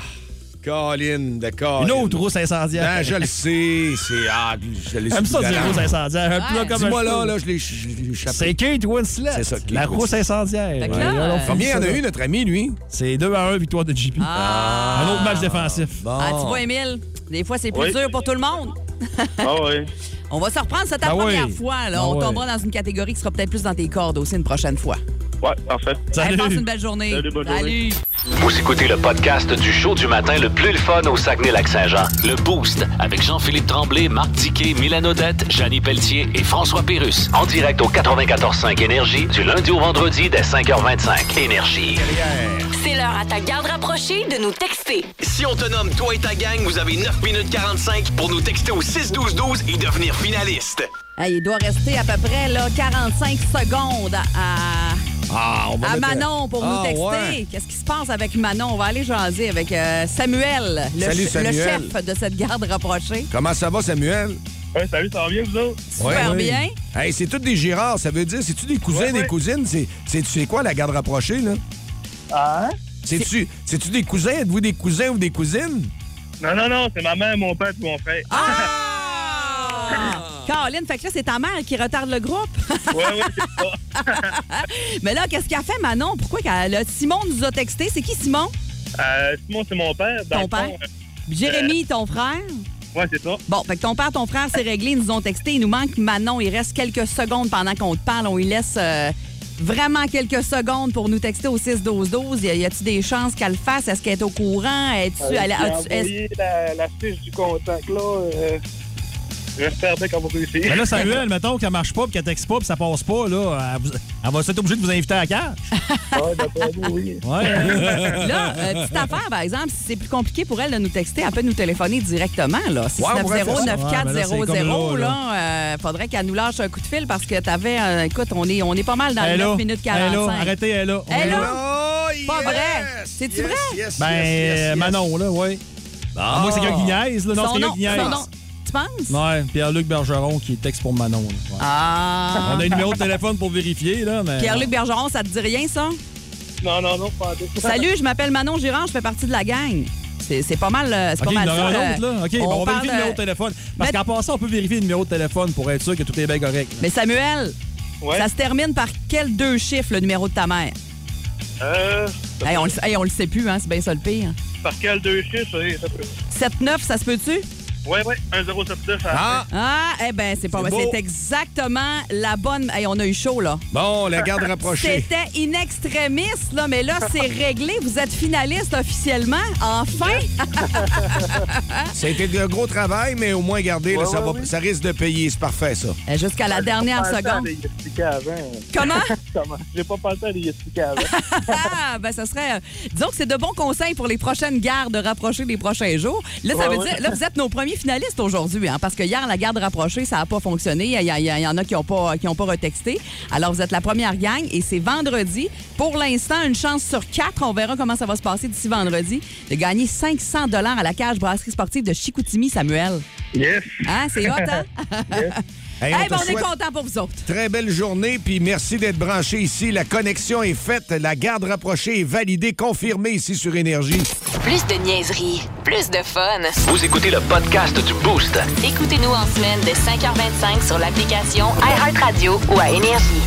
Colin de Colin.
Une autre rousse incendiaire.
Ah, je le sais. C'est. Ah, je l'ai
J'aime
sous
ça
le
dire
galant.
rousse incendiaire. Un peu
Ouais.
comme un
Dis-moi là,
cheveu.
là, je l'ai je l'ai échappé.
C'est Kate Winslet.
C'est ça, Kate
La
Winslet.
rousse incendiaire.
Fait que
Ouais,
là,
là, on
euh,
finit
Combien
ça,
en a
là.
eu, notre ami, lui?
C'est 2 à 1, victoire de JP.
Ah.
Un autre match défensif.
Bon.
Ah, tu vois, Émile, des fois, c'est plus
Oui.
dur pour tout le monde.
Ah oui.
On va se reprendre, c'est ta
Ah oui.
première fois. Là.
Ah
On
oui.
tombera dans une catégorie qui sera peut-être plus dans tes cordes aussi une prochaine fois.
Ouais, parfait.
Hey, passe une
Salut.
belle journée.
Salut, bonne journée.
Salut.
Vous écoutez le podcast du show du matin le plus le fun au Saguenay-Lac-Saint-Jean. Le Boost avec Jean-Philippe Tremblay, Marc Diquet, Milan Odette, Janine Pelletier et François Pérus. En direct au 94.5 Énergie du lundi au vendredi dès 5h25. Énergie.
C'est l'heure à ta garde rapprochée de nous texter.
Si on te nomme toi et ta gang, vous avez 9 minutes 45 pour nous texter au 6-12-12 et devenir finaliste.
Hey, il doit rester à peu près là, 45 secondes à,
Ah, on va
à
mettre-
Manon pour nous
Ah,
texter.
ouais.
Qu'est-ce qui se passe avec Manon? On va aller jaser avec euh, Samuel, le,
Salut,
che- le
Samuel.
chef de cette garde rapprochée.
Comment ça va, Samuel?
Ouais, salut, ça va bien, vous autres?
Super
Ouais.
bien.
Hey, c'est tous des girards, ça veut dire, c'est-tu des cousins,
Ouais, ouais.
des cousines? C'est, c'est, tu sais quoi, la garde rapprochée, là?
Ah?
C'est-tu, c'est-tu des cousins? Êtes-vous des cousins ou des cousines? Ah!
Non, non, non, c'est ma mère, mon père et mon frère.
Ah! Caroline, fait que là, c'est ta mère qui retarde le groupe.
Ah.
Ouais, ouais,
Mais là, qu'est-ce qu'elle fait, Manon? Pourquoi qu'elle. là, Simon nous a texté. C'est qui, Simon?
Euh, Simon, c'est mon père. Dans
Ton
le fond,
père? Jérémy, ton frère?
euh, ouais, c'est ça.
Bon, fait que ton père, ton frère, c'est réglé. Ils nous ont texté. Il nous manque Manon. Il reste quelques secondes pendant qu'on te parle. On lui laisse euh, vraiment quelques secondes pour nous texter au 6-12-12. Y a- Y a-tu des chances qu'elle le fasse? Est-ce qu'elle est au courant? Es-tu.
Euh,
elle-
j'ai
as-tu- est-ce-
envoyé la, la fiche du contact, là. Euh, J'espère bien qu'on va réussir.
Mais là, Samuel, mettons qu'elle marche pas, puis qu'elle texte pas, puis ça passe pas, là, elle, vous- elle va être obligée de vous inviter à la cage.
Ouais, d'après vous, oui.
Ouais.
Là, euh, petite affaire, par exemple, si c'est plus compliqué pour elle de nous texter, elle peut nous téléphoner directement. Là.
Ouais, on pourrait faire ça.
690
Ouais, ben là, c'est comme
9400
là,
là, euh, faudrait qu'elle nous lâche un coup de fil parce que t'avais... euh, écoute, on est, on est pas mal dans les
Elle est
9
là.
minutes
Elle est
45.
là. Arrêtez, elle est là.
Elle est là.
Oh,
Pas vrai. C'est-tu vrai?
yes,
Ben,
yes, yes, yes.
Manon, là, oui. À moins que c'est quelqu'un qui niaise, là. Non,
Son
c'est
nom,
quelqu'un qui niaise.
son nom. Tu penses?
Ouais, Pierre-Luc Bergeron qui texte pour Manon. là. Ouais.
Ah!
On a un numéro de téléphone pour vérifier, là, mais...
Pierre-Luc Bergeron, ça te dit rien, ça?
Non, non, non, pas en tout.
Salut, je m'appelle Manon Girard, je fais partie de la gang. C'est c'est pas mal, euh, c'est
OK,
pas mal
il y en aura
ça.
un
euh,
autre, là. OK, bon, on,
parle
vérifie le numéro de
de-
téléphone. Parce
Mais-
qu'en passant, on peut vérifier le numéro de téléphone pour être sûr que tout est bien correct. là.
Mais Samuel,
Ouais.
ça se termine par quels deux chiffres, le numéro de ta mère?
Euh,
Hey, on, le, hey, on le sait plus, hein, c'est bien ça le pire.
par quel deux chiffres? Oui, ça peut.
7-9, ça se peut-tu?
Ouais, ouais, 1079.
Ah,
Ah, eh ben c'est pas
C'est beau.
C'est exactement la bonne. Hey, on a eu chaud, là.
bon, la garde rapprochée.
C'était in extremis, là, mais là, c'est réglé. Vous êtes finaliste officiellement. Enfin!
C'était un gros travail, mais au moins, gardez, là,
Ouais,
ça,
ouais,
va-
ouais.
ça risque de payer. C'est parfait, ça.
Eh, Jusqu'à la dernière seconde.
expliquer avant.
Comment?
Comment? J'ai pas pensé à les expliquer avant.
Ah, ben ça serait. euh, disons que c'est de bons conseils pour les prochaines gardes rapprochées des prochains jours. Là, ça
Ouais,
veut
ouais.
dire. Là, vous êtes nos premiers finalistes aujourd'hui, hein, parce que hier, la garde rapprochée, ça n'a pas fonctionné. Il y, a- il y a- il y en a qui n'ont pas, qui ont pas retexté. Alors, vous êtes la première gang et c'est vendredi. Pour l'instant, une chance sur quatre. On verra comment ça va se passer d'ici vendredi de gagner 500 à la cage brasserie sportive de Chicoutimi, Samuel.
yes.
Hein, c'est hot, hein?
Hey,
Eh
on
ben,
te
on est
souhaite
content pour vous autres.
Très belle journée, puis merci d'être branché ici. La connexion est faite, la garde rapprochée est validée, confirmée ici sur Énergie.
Plus de niaiserie, plus de fun.
Vous écoutez le podcast du Boost.
Écoutez-nous en semaine de 5h25 sur l'application iHeartRadio ou à Énergie.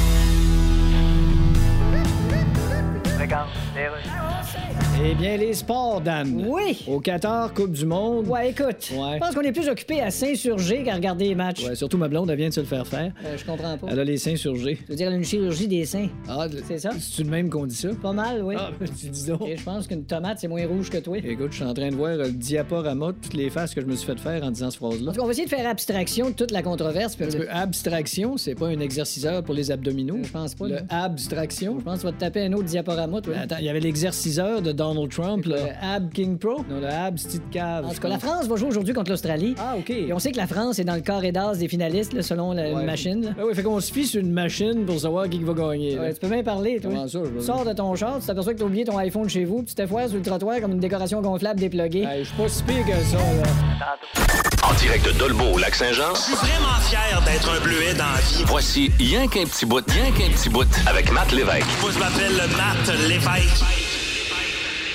Eh bien, les sports, Dan.
Oui.
Au Qatar, Coupe du Monde.
Ouais, écoute,
Ouais.
je pense qu'on est plus occupé à s'insurger qu'à regarder les matchs.
Ouais, surtout ma blonde, elle vient de se le faire faire.
Euh, je comprends pas.
Elle a les seins surgés.
Je veux dire, une chirurgie des seins.
Ah,
C'est ça?
C'est-tu le même qu'on dit ça?
Pas mal, oui.
Ah, tu dis donc.
Et je pense qu'une tomate, c'est moins rouge que toi.
Écoute, je suis en train de voir euh, le diaporama de toutes les faces que je me suis fait faire en disant cette phrase-là.
En tout cas, on va essayer de faire abstraction de toute la controverse. puis-
Le abstraction, c'est pas un exerciceur pour les abdominaux.
Euh, Je pense pas.
Le
non.
abstraction.
Je pense que tu vas te taper un autre diaporama, toi.
Attends, il y avait l'exerciceur de Donald Trump,
Le
là.
Ab King Pro.
Non, le ab, petite cave.
En tout cas, la France va jouer aujourd'hui contre l'Australie.
Ah, OK.
Et on sait que la France est dans le carré d'as des finalistes, là, selon la
Ouais.
une machine. là.
Ah oui, fait qu'on se fie sur une machine pour savoir qui va gagner. là.
Ouais, tu peux bien parler, toi.
Comment ça, je veux-
Sors de ton char, tu t'aperçois que t'as oublié ton iPhone chez vous, puis tu te foires sur le trottoir comme une décoration gonflable dépluguée.
Hey, je suis pas si pire que ça, là.
En direct de Dolbeau, au Lac-Saint-Jean,
Je suis vraiment fier d'être un bleuet dans la vie.
voici Y'en qu'un petit bout, Y'en qu'un petit bout avec Matt Lévesque.
Moi, je m'appelle Matt Lévesque.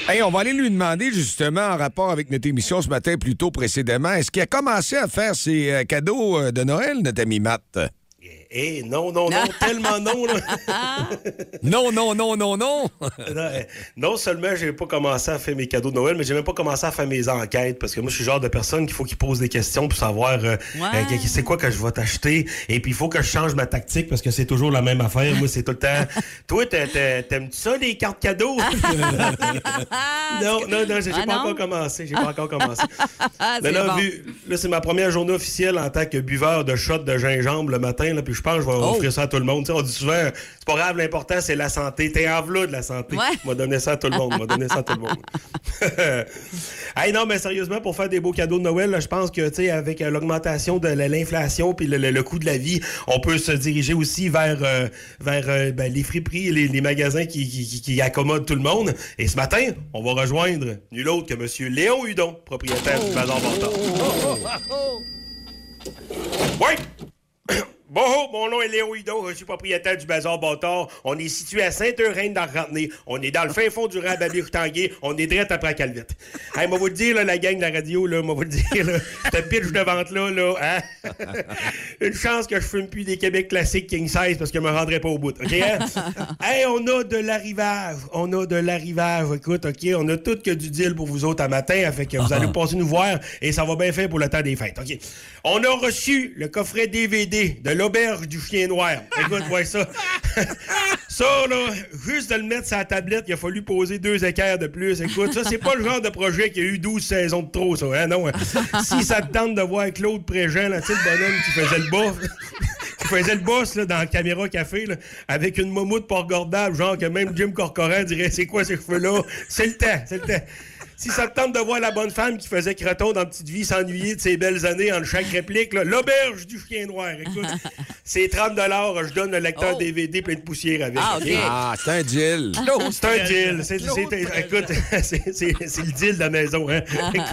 Hey, on va aller lui demander justement en rapport avec notre émission ce matin plus tôt précédemment, est-ce qu'il a commencé à faire ses euh, cadeaux euh, de Noël, notre ami Matt?
Eh, non, non, non, tellement non. là.
Non, non, non, non, non!
Non, eh, non seulement j'ai pas commencé à faire mes cadeaux de Noël, mais j'ai même pas commencé à faire mes enquêtes parce que moi, je suis le genre de personne qu'il faut qu'il pose des questions pour savoir euh,
Ben,
euh, que- que- c'est quoi que je vais t'acheter. Et puis, il faut que je change ma tactique parce que c'est toujours la même affaire. Moi, c'est tout le temps. Toi, t'a- t'a- t'aimes-tu ça, les cartes cadeaux? non, non, non, j'ai
Ah,
j'ai pas
non?
encore commencé. J'ai pas encore commencé.
Ah,
Mais
c'est
là,
bon.
vu- là, c'est ma première journée officielle en tant que buveur de shots de gingembre le matin, là, puis je pense que je
Oh.
vais offrir ça à tout le monde. Tu sais, on dit souvent, c'est pas grave, l'important, c'est la santé. T'es en v'là de la santé.
Ouais.
On va donner ça à tout le monde. On va donner ça à tout le monde. hey, non, mais sérieusement, pour faire des beaux cadeaux de Noël, là, je pense que, tu sais, avec euh, l'augmentation de la- l'inflation puis le, le- le coût de la vie, on peut se diriger aussi vers, euh, vers euh, ben, les friperies, les, les magasins qui, qui- qui- qui accommodent tout le monde. Et ce matin, on va rejoindre nul autre que M. Léon Hudon, propriétaire du Bazar Bâtard. Ouais!
Bonjour, mon nom est Léo Hidon, je suis propriétaire du Bazar Bâtard. On est situé à Saint-Eureine dans Rantenay. On est dans le fin fond du rababé Routanguay. On est direct après la Calvette. Hey, moi vous le dire, là, la gang de la radio, là, moi vous le dire, là, cette pitch de vente-là, là, hein? Une chance que je fume plus des Québec classiques King Size parce que je me rendrai pas au bout, OK? hein? hey, on a de l'arrivage. On a de l'arrivage. Écoute, OK, on a tout que du deal pour vous autres à matin. hein, Fait que vous allez passer nous voir et ça va bien faire pour le temps des fêtes. OK. On a reçu le coffret DVD de l'auberge du chien noir. Écoute, vois ça. ça, là, juste de le mettre sur la tablette, il a fallu poser deux équerres de plus. Écoute, ça, c'est pas le genre de projet qui a eu 12 saisons de trop, ça. Hein? Non. hein. Si ça te tente de voir Claude Préjean, là, tu sais, le bonhomme qui faisait le bas. qui faisait le boss là, dans le Caméra Café là, avec une moumoute pas regardable, genre que même Jim Corcoran dirait c'est quoi ces cheveux-là? C'est le temps, c'est le temps. Si ça te tente de voir la bonne femme qui faisait Creton dans Petite Vie s'ennuyer de ses belles années en chaque réplique, là, l'auberge du chien noir, écoute, c'est 30 je donne le lecteur DVD plein de poussière avec.
Ah,
ok?
Ah, c'est un deal.
C'est un deal. C'est, Ah, c'est- écoute, c'est, c'est- c'est le deal de la maison. hein.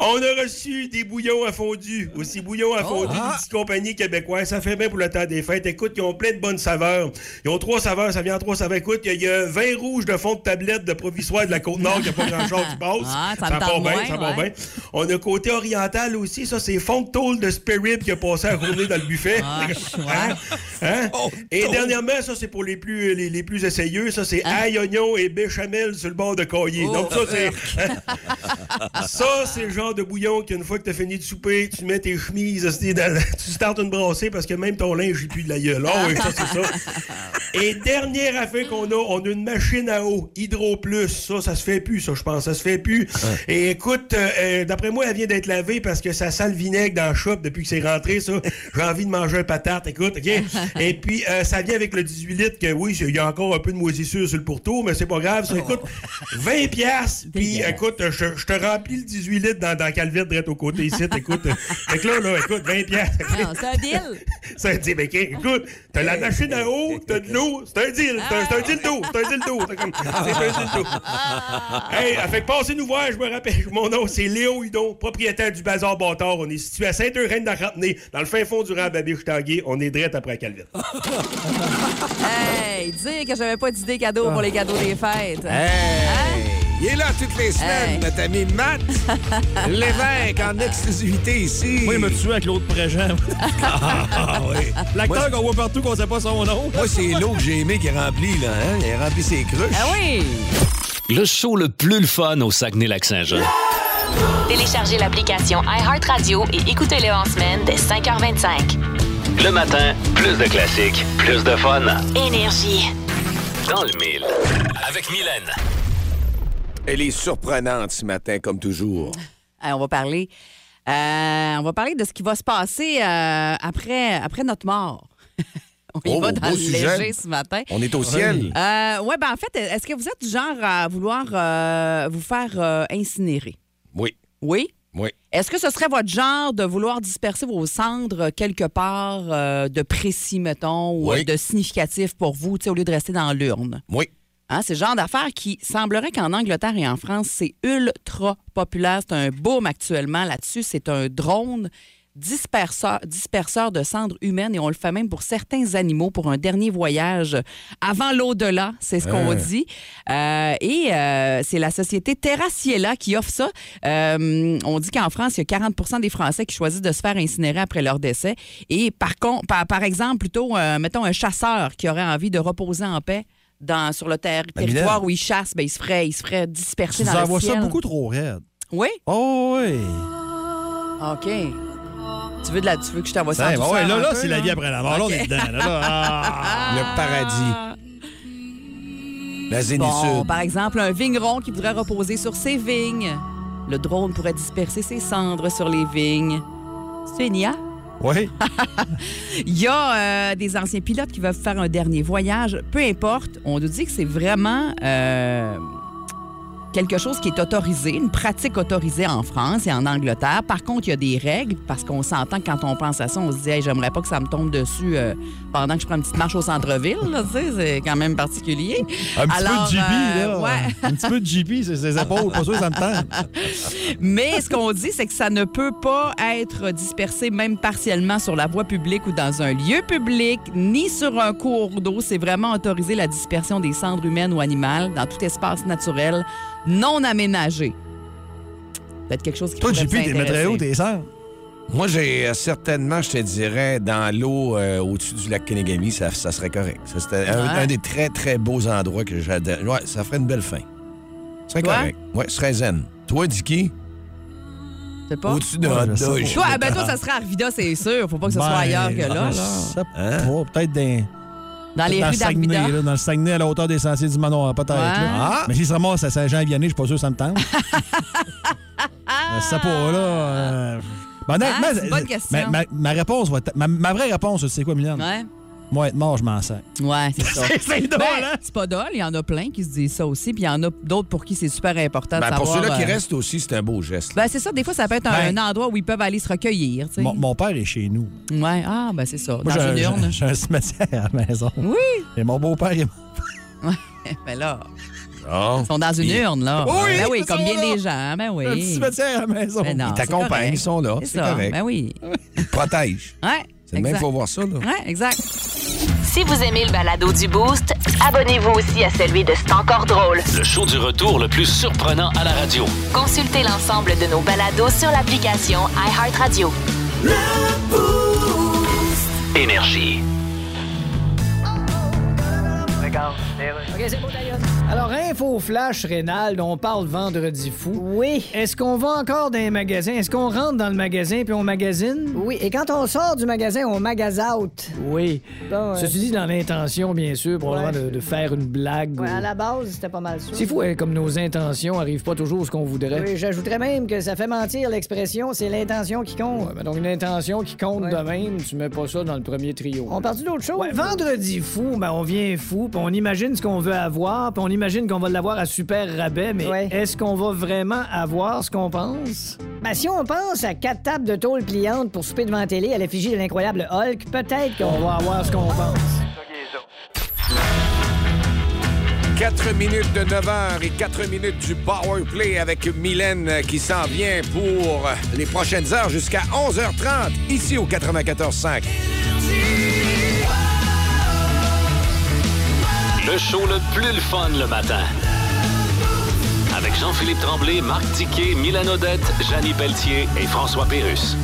On a reçu des bouillons à fondu, aussi bouillons à fondu d'une petite compagnie québécoise. Ça fait bien pour le temps des fêtes. Écoute, ils ont plein de bonnes saveurs. Ils ont trois saveurs, ça vient en trois saveurs. Écoute, il y, a- il y a un vin rouge de fond de tablette de provisoire de la Côte-Nord qui a pas grand-chose qui passe.
Ah, ça me
part
tente
bien,
moins,
ça part
ouais.
bien. On a côté oriental aussi. Ça, c'est fond de tôle de Spirit qui a passé à rouler dans le buffet. Hein? Hein? Et dernièrement, ça, c'est pour les plus, les, les plus essayeux. Ça, c'est ail, oignon et béchamel sur le bord de cahier.
Oh.
Donc, ça, c'est. Ça, c'est le genre de bouillon qu'une fois que t'as fini de souper, tu mets tes chemises, c'est dans- tu startes une brassée parce que même ton linge, il pue de la gueule. Ah oui, ça, c'est ça. Et dernière affaire qu'on a, on a une machine à eau, Hydro Plus. Ça, ça se fait plus, ça, je pense. Ça se fait plus. Et écoute, euh, euh, d'après moi, elle vient d'être lavée parce que ça sent le vinaigre dans le shop depuis que c'est rentré, ça. J'ai envie de manger un patate, écoute, OK? Et puis, euh, ça vient avec le 18 litres que, oui, il y a encore un peu de moisissure sur le pourtour, mais c'est pas grave. Ça, écoute, 20 piastres, puis écoute, je, je te remplis le 18 litres dans, dans Calvette, direct au côté ici, écoute. Fait que là, là, écoute, 20 piastres.
Non, Ah, c'est un deal.
C'est un deal. Ben, ok, écoute, t'as la machine à eau, t'as de l'eau, c'est un deal. C'est un- c'est un deal d'eau, c'est un deal d'eau. C'est comme- c'est un deal d'eau. Hey, fait que passez nous voir, je me rappelle. Mon nom, c'est Léo Hudon, propriétaire du Bazar Bâtard. On est situé à Saint-Eureine dans Rantenay, dans le fin fond du Rababé Choutanguay. On est direct après Calvette.
Hey, dire que j'avais pas d'idée cadeau pour les cadeaux des fêtes.
Hein? Il est là toutes les semaines, notre ami Matt Lévesque, en exclusivité ici.
Moi, il m'a tué avec l'autre préjean.
Ah, oui.
L'acteur
Moi,
qu'on voit partout, qu'on sait pas son nom.
Moi, c'est l'eau que j'ai aimé qui remplit, là. Hein? Il remplit ses cruches.
Ah oui!
Le show le plus le fun au Saguenay-Lac-Saint-Jean.
Téléchargez l'application iHeartRadio et écoutez-le en semaine dès 5h25.
Le matin, plus de classiques, plus de fun.
Énergie.
Dans le mille. Avec Mylène.
Elle est surprenante ce matin, comme toujours.
Hey, on va parler. euh, on va parler de ce qui va se passer euh, après, après notre mort. on y
Oh,
va dans
beau
le
sujet.
léger ce matin.
On est au ciel.
Euh, ouais, ben en fait, est-ce que vous êtes du genre à vouloir euh, vous faire euh, incinérer?
Oui.
Oui?
Oui.
Est-ce que ce serait votre genre de vouloir disperser vos cendres quelque part euh, de précis, mettons, ou
Oui.
euh, de significatif pour vous, tu sais, au lieu de rester dans l'urne?
Oui.
Hein, c'est le genre d'affaires qui semblerait qu'en Angleterre et en France, c'est ultra populaire. C'est un boom actuellement là-dessus. C'est un drone disperseur, disperseur de cendres humaines et on le fait même pour certains animaux pour un dernier voyage avant l'au-delà, c'est ce qu'on
Hein.
dit. Euh, et euh, c'est la société Terraciela qui offre ça. Euh, on dit qu'en France, il y a 40 des Français qui choisissent de se faire incinérer après leur décès. Et par, contre, par, par exemple, plutôt, euh, mettons, un chasseur qui aurait envie de reposer en paix dans, sur le ter-
Ben,
territoire
Mylène.
où il chasse, ben, il, se ferait, il se ferait
Tu
disperser dans le
envoies
ciel.
ça beaucoup trop raide.
Oui?
Oh, oui.
OK. Tu veux, de la, tu veux que je t'envoie ça en
Ben, ben
douceur
ouais, là,
un
là,
peu,
c'est la vie après la mort. Là, on
OK.
est dedans. Là, là. Ah.
Le paradis. La zénitude.
Bon, par exemple, un vigneron qui voudrait reposer sur ses vignes. Le drone pourrait disperser ses cendres sur les vignes. C'est une IA?
Oui.
Il y a euh, des anciens pilotes qui veulent faire un dernier voyage. Peu importe, on nous dit que c'est vraiment euh, quelque chose qui est autorisé, une pratique autorisée en France et en Angleterre. Par contre, il y a des règles parce qu'on s'entend que quand on pense à ça, on se dit, Hey, j'aimerais pas que ça me tombe dessus euh, pendant que je prends une petite marche au centre-ville. là, tu sais, C'est quand même particulier.
Un petit
Alors,
peu de GB,
euh,
là.
ouais.
Un petit peu de GB, c'est ses épaules. Pas sûr que ça me tente.
Mais ce qu'on dit, c'est que ça ne peut pas être dispersé même partiellement sur la voie publique ou dans un lieu public, ni sur un cours d'eau. C'est vraiment autorisé la dispersion des cendres humaines ou animales dans tout espace naturel non aménagé. Peut-être quelque chose qui
Toi,
pourrait
JP,
vous
t'es maître
intéresser.
où, t'es
ben-
Moi, j'ai euh, certainement, je te dirais, dans l'eau euh, au-dessus du lac Kenegami, ça, ça serait correct. Ça, C'était un,
Ouais.
un des très, très beaux endroits que j'adore. Ouais, ça ferait une belle fin. Ce serait
Toi?
correct. Ouais, ce serait zen. Toi, Dicky?
Je sais pas.
Au-dessus de Ben, ah, hot dog.
Toi, ah, ben toi, ça serait à Arvida, c'est sûr. Faut pas que ce
Ben,
soit ailleurs que
ah,
là. là.
Hein?
Peut-être dans...
Dans les
le
rues
Saguenay,
d'Arvida.
là, dans le Saguenay, à la hauteur des sentiers du manoir, peut-être.
Ouais.
là.
Ah!
Mais si ça ramasse à Saint-Jean-Vianney, je suis pas sûr que ça me tente. ça pas, là. euh, ben, honnêtement,
Ah, c'est une bonne question.
Ma, ma- ma réponse va être- ma, ma vraie réponse, c'est quoi, Mylène?
Ouais.
Moi, être mort, je m'en sers.
Ouais, c'est ça.
C'est- c'est drôle,
hein?
Ben, C'est pas drôle. Il y en a plein qui se disent ça aussi. Puis il y en a d'autres pour qui c'est super important de
Ben,
savoir.
pour ceux-là qui
euh,
restent aussi, c'est un beau geste.
Ben, c'est ça. Des fois, ça peut être un,
Ben-
un endroit où ils peuvent aller se recueillir. tu sais.
Mon, mon père est chez nous.
Ouais, ah, ben c'est ça.
Moi, j'ai
Dans
un-
une
j'ai
urne.
un, j'ai un cimetière à la maison.
Oui.
Et mon beau-père est mort.
ben là,
Ils
sont dans une
Il-
urne, là.
Oui,
ben oui,
ils
comme
sont
bien
là.
des gens. Ben oui.
Un petit cimetière à la maison.
Ben non,
Ils
c'est
t'accompagnent,
correct.
ils sont là, c'est
ça.
correct.
Ben oui.
Protège.
Ouais.
C'est le même
exact.
faut voir ça, là.
Ouais, exact.
Si vous aimez le balado du Boost, abonnez-vous aussi à celui de C'est encore drôle.
Le show du retour le plus surprenant à la radio.
Consultez l'ensemble de nos balados sur l'application iHeartRadio.
Énergie.
Alors, info flash, Rénal, on parle vendredi fou. Oui. Est-ce qu'on va encore dans les magasins? Est-ce qu'on rentre dans le magasin puis on magasine?
Oui, et quand on sort du magasin, on magasine out.
Oui.
Bon, euh,
Ceci dit, dans l'intention, bien sûr, probablement
Ouais.
de, de faire une blague. ou-
Ouais, à la base, c'était pas mal ça.
C'est fou, hein, comme nos intentions arrivent pas toujours ce qu'on voudrait.
Oui, j'ajouterais même que ça fait mentir l'expression, c'est l'intention qui compte.
Ouais, mais donc une intention qui compte de même, tu mets pas ça dans le premier trio.
On parle d'autre chose.
Ouais, vendredi fou, ben on vient fou, puis on imagine ce qu'on veut avoir, puis on imagine qu'on va l'avoir à super rabais, mais
Ouais.
est-ce qu'on va vraiment avoir ce qu'on pense?
Ben, si on pense à quatre tables de tôle pliantes pour souper devant la télé à l'effigie de l'incroyable Hulk, peut-être qu'on
On va avoir ce qu'on pense.
4 minutes de 9 heures et 4 minutes du Power Play avec Mylène euh, qui s'en vient pour euh, les prochaines heures jusqu'à 11h30 ici au 94.5.
Le show le plus le fun le matin. Avec Jean-Philippe Tremblay, Marc Tiquet, Milan Odette, Janine Pelletier et François Pérus.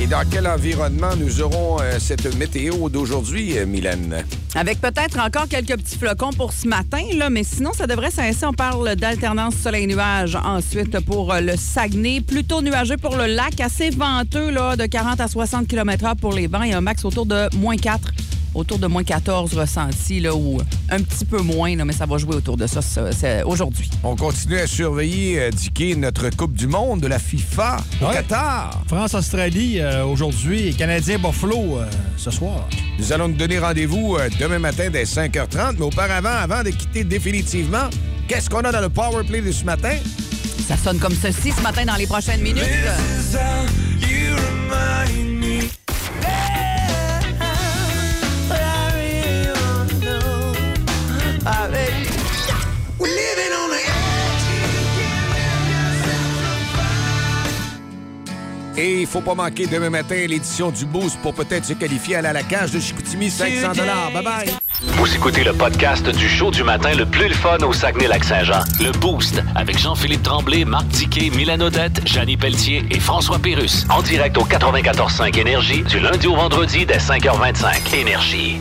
Et dans quel environnement nous aurons euh, cette météo d'aujourd'hui, euh, Mylène?
Avec peut-être encore quelques petits flocons pour ce matin, là, mais sinon, ça devrait s'insérer. On parle d'alternance soleil-nuage ensuite pour euh, le Saguenay. Plutôt nuageux pour le lac, assez venteux, là, de 40 à 60 km/h pour les vents et un max autour de moins 4, autour de moins 14 ressenti, là, ou un petit peu moins, là, mais ça va jouer autour de ça, ça, c'est aujourd'hui.
On continue à surveiller, euh, Dicky, notre Coupe du Monde de la FIFA au
Ouais.
Qatar.
France-Australie euh, aujourd'hui et Canadien-Buffalo euh, ce soir.
Nous allons nous donner rendez-vous euh, demain matin dès 5h30, mais auparavant, avant de quitter définitivement, qu'est-ce qu'on a dans le Power Play de ce matin?
Ça sonne comme ceci ce matin dans les prochaines minutes.
Et il faut pas manquer demain matin l'édition du Boost pour peut-être se qualifier à la cage de Chicoutimi, 500 Bye-bye!
Vous écoutez le podcast du show du matin le plus le fun au Saguenay-Lac-Saint-Jean. Le Boost avec Jean-Philippe Tremblay, Marc Tiquet, Milan Odette, Janine Pelletier et François Pérus. En direct au 94.5 Énergie du lundi au vendredi dès 5h25. Énergie.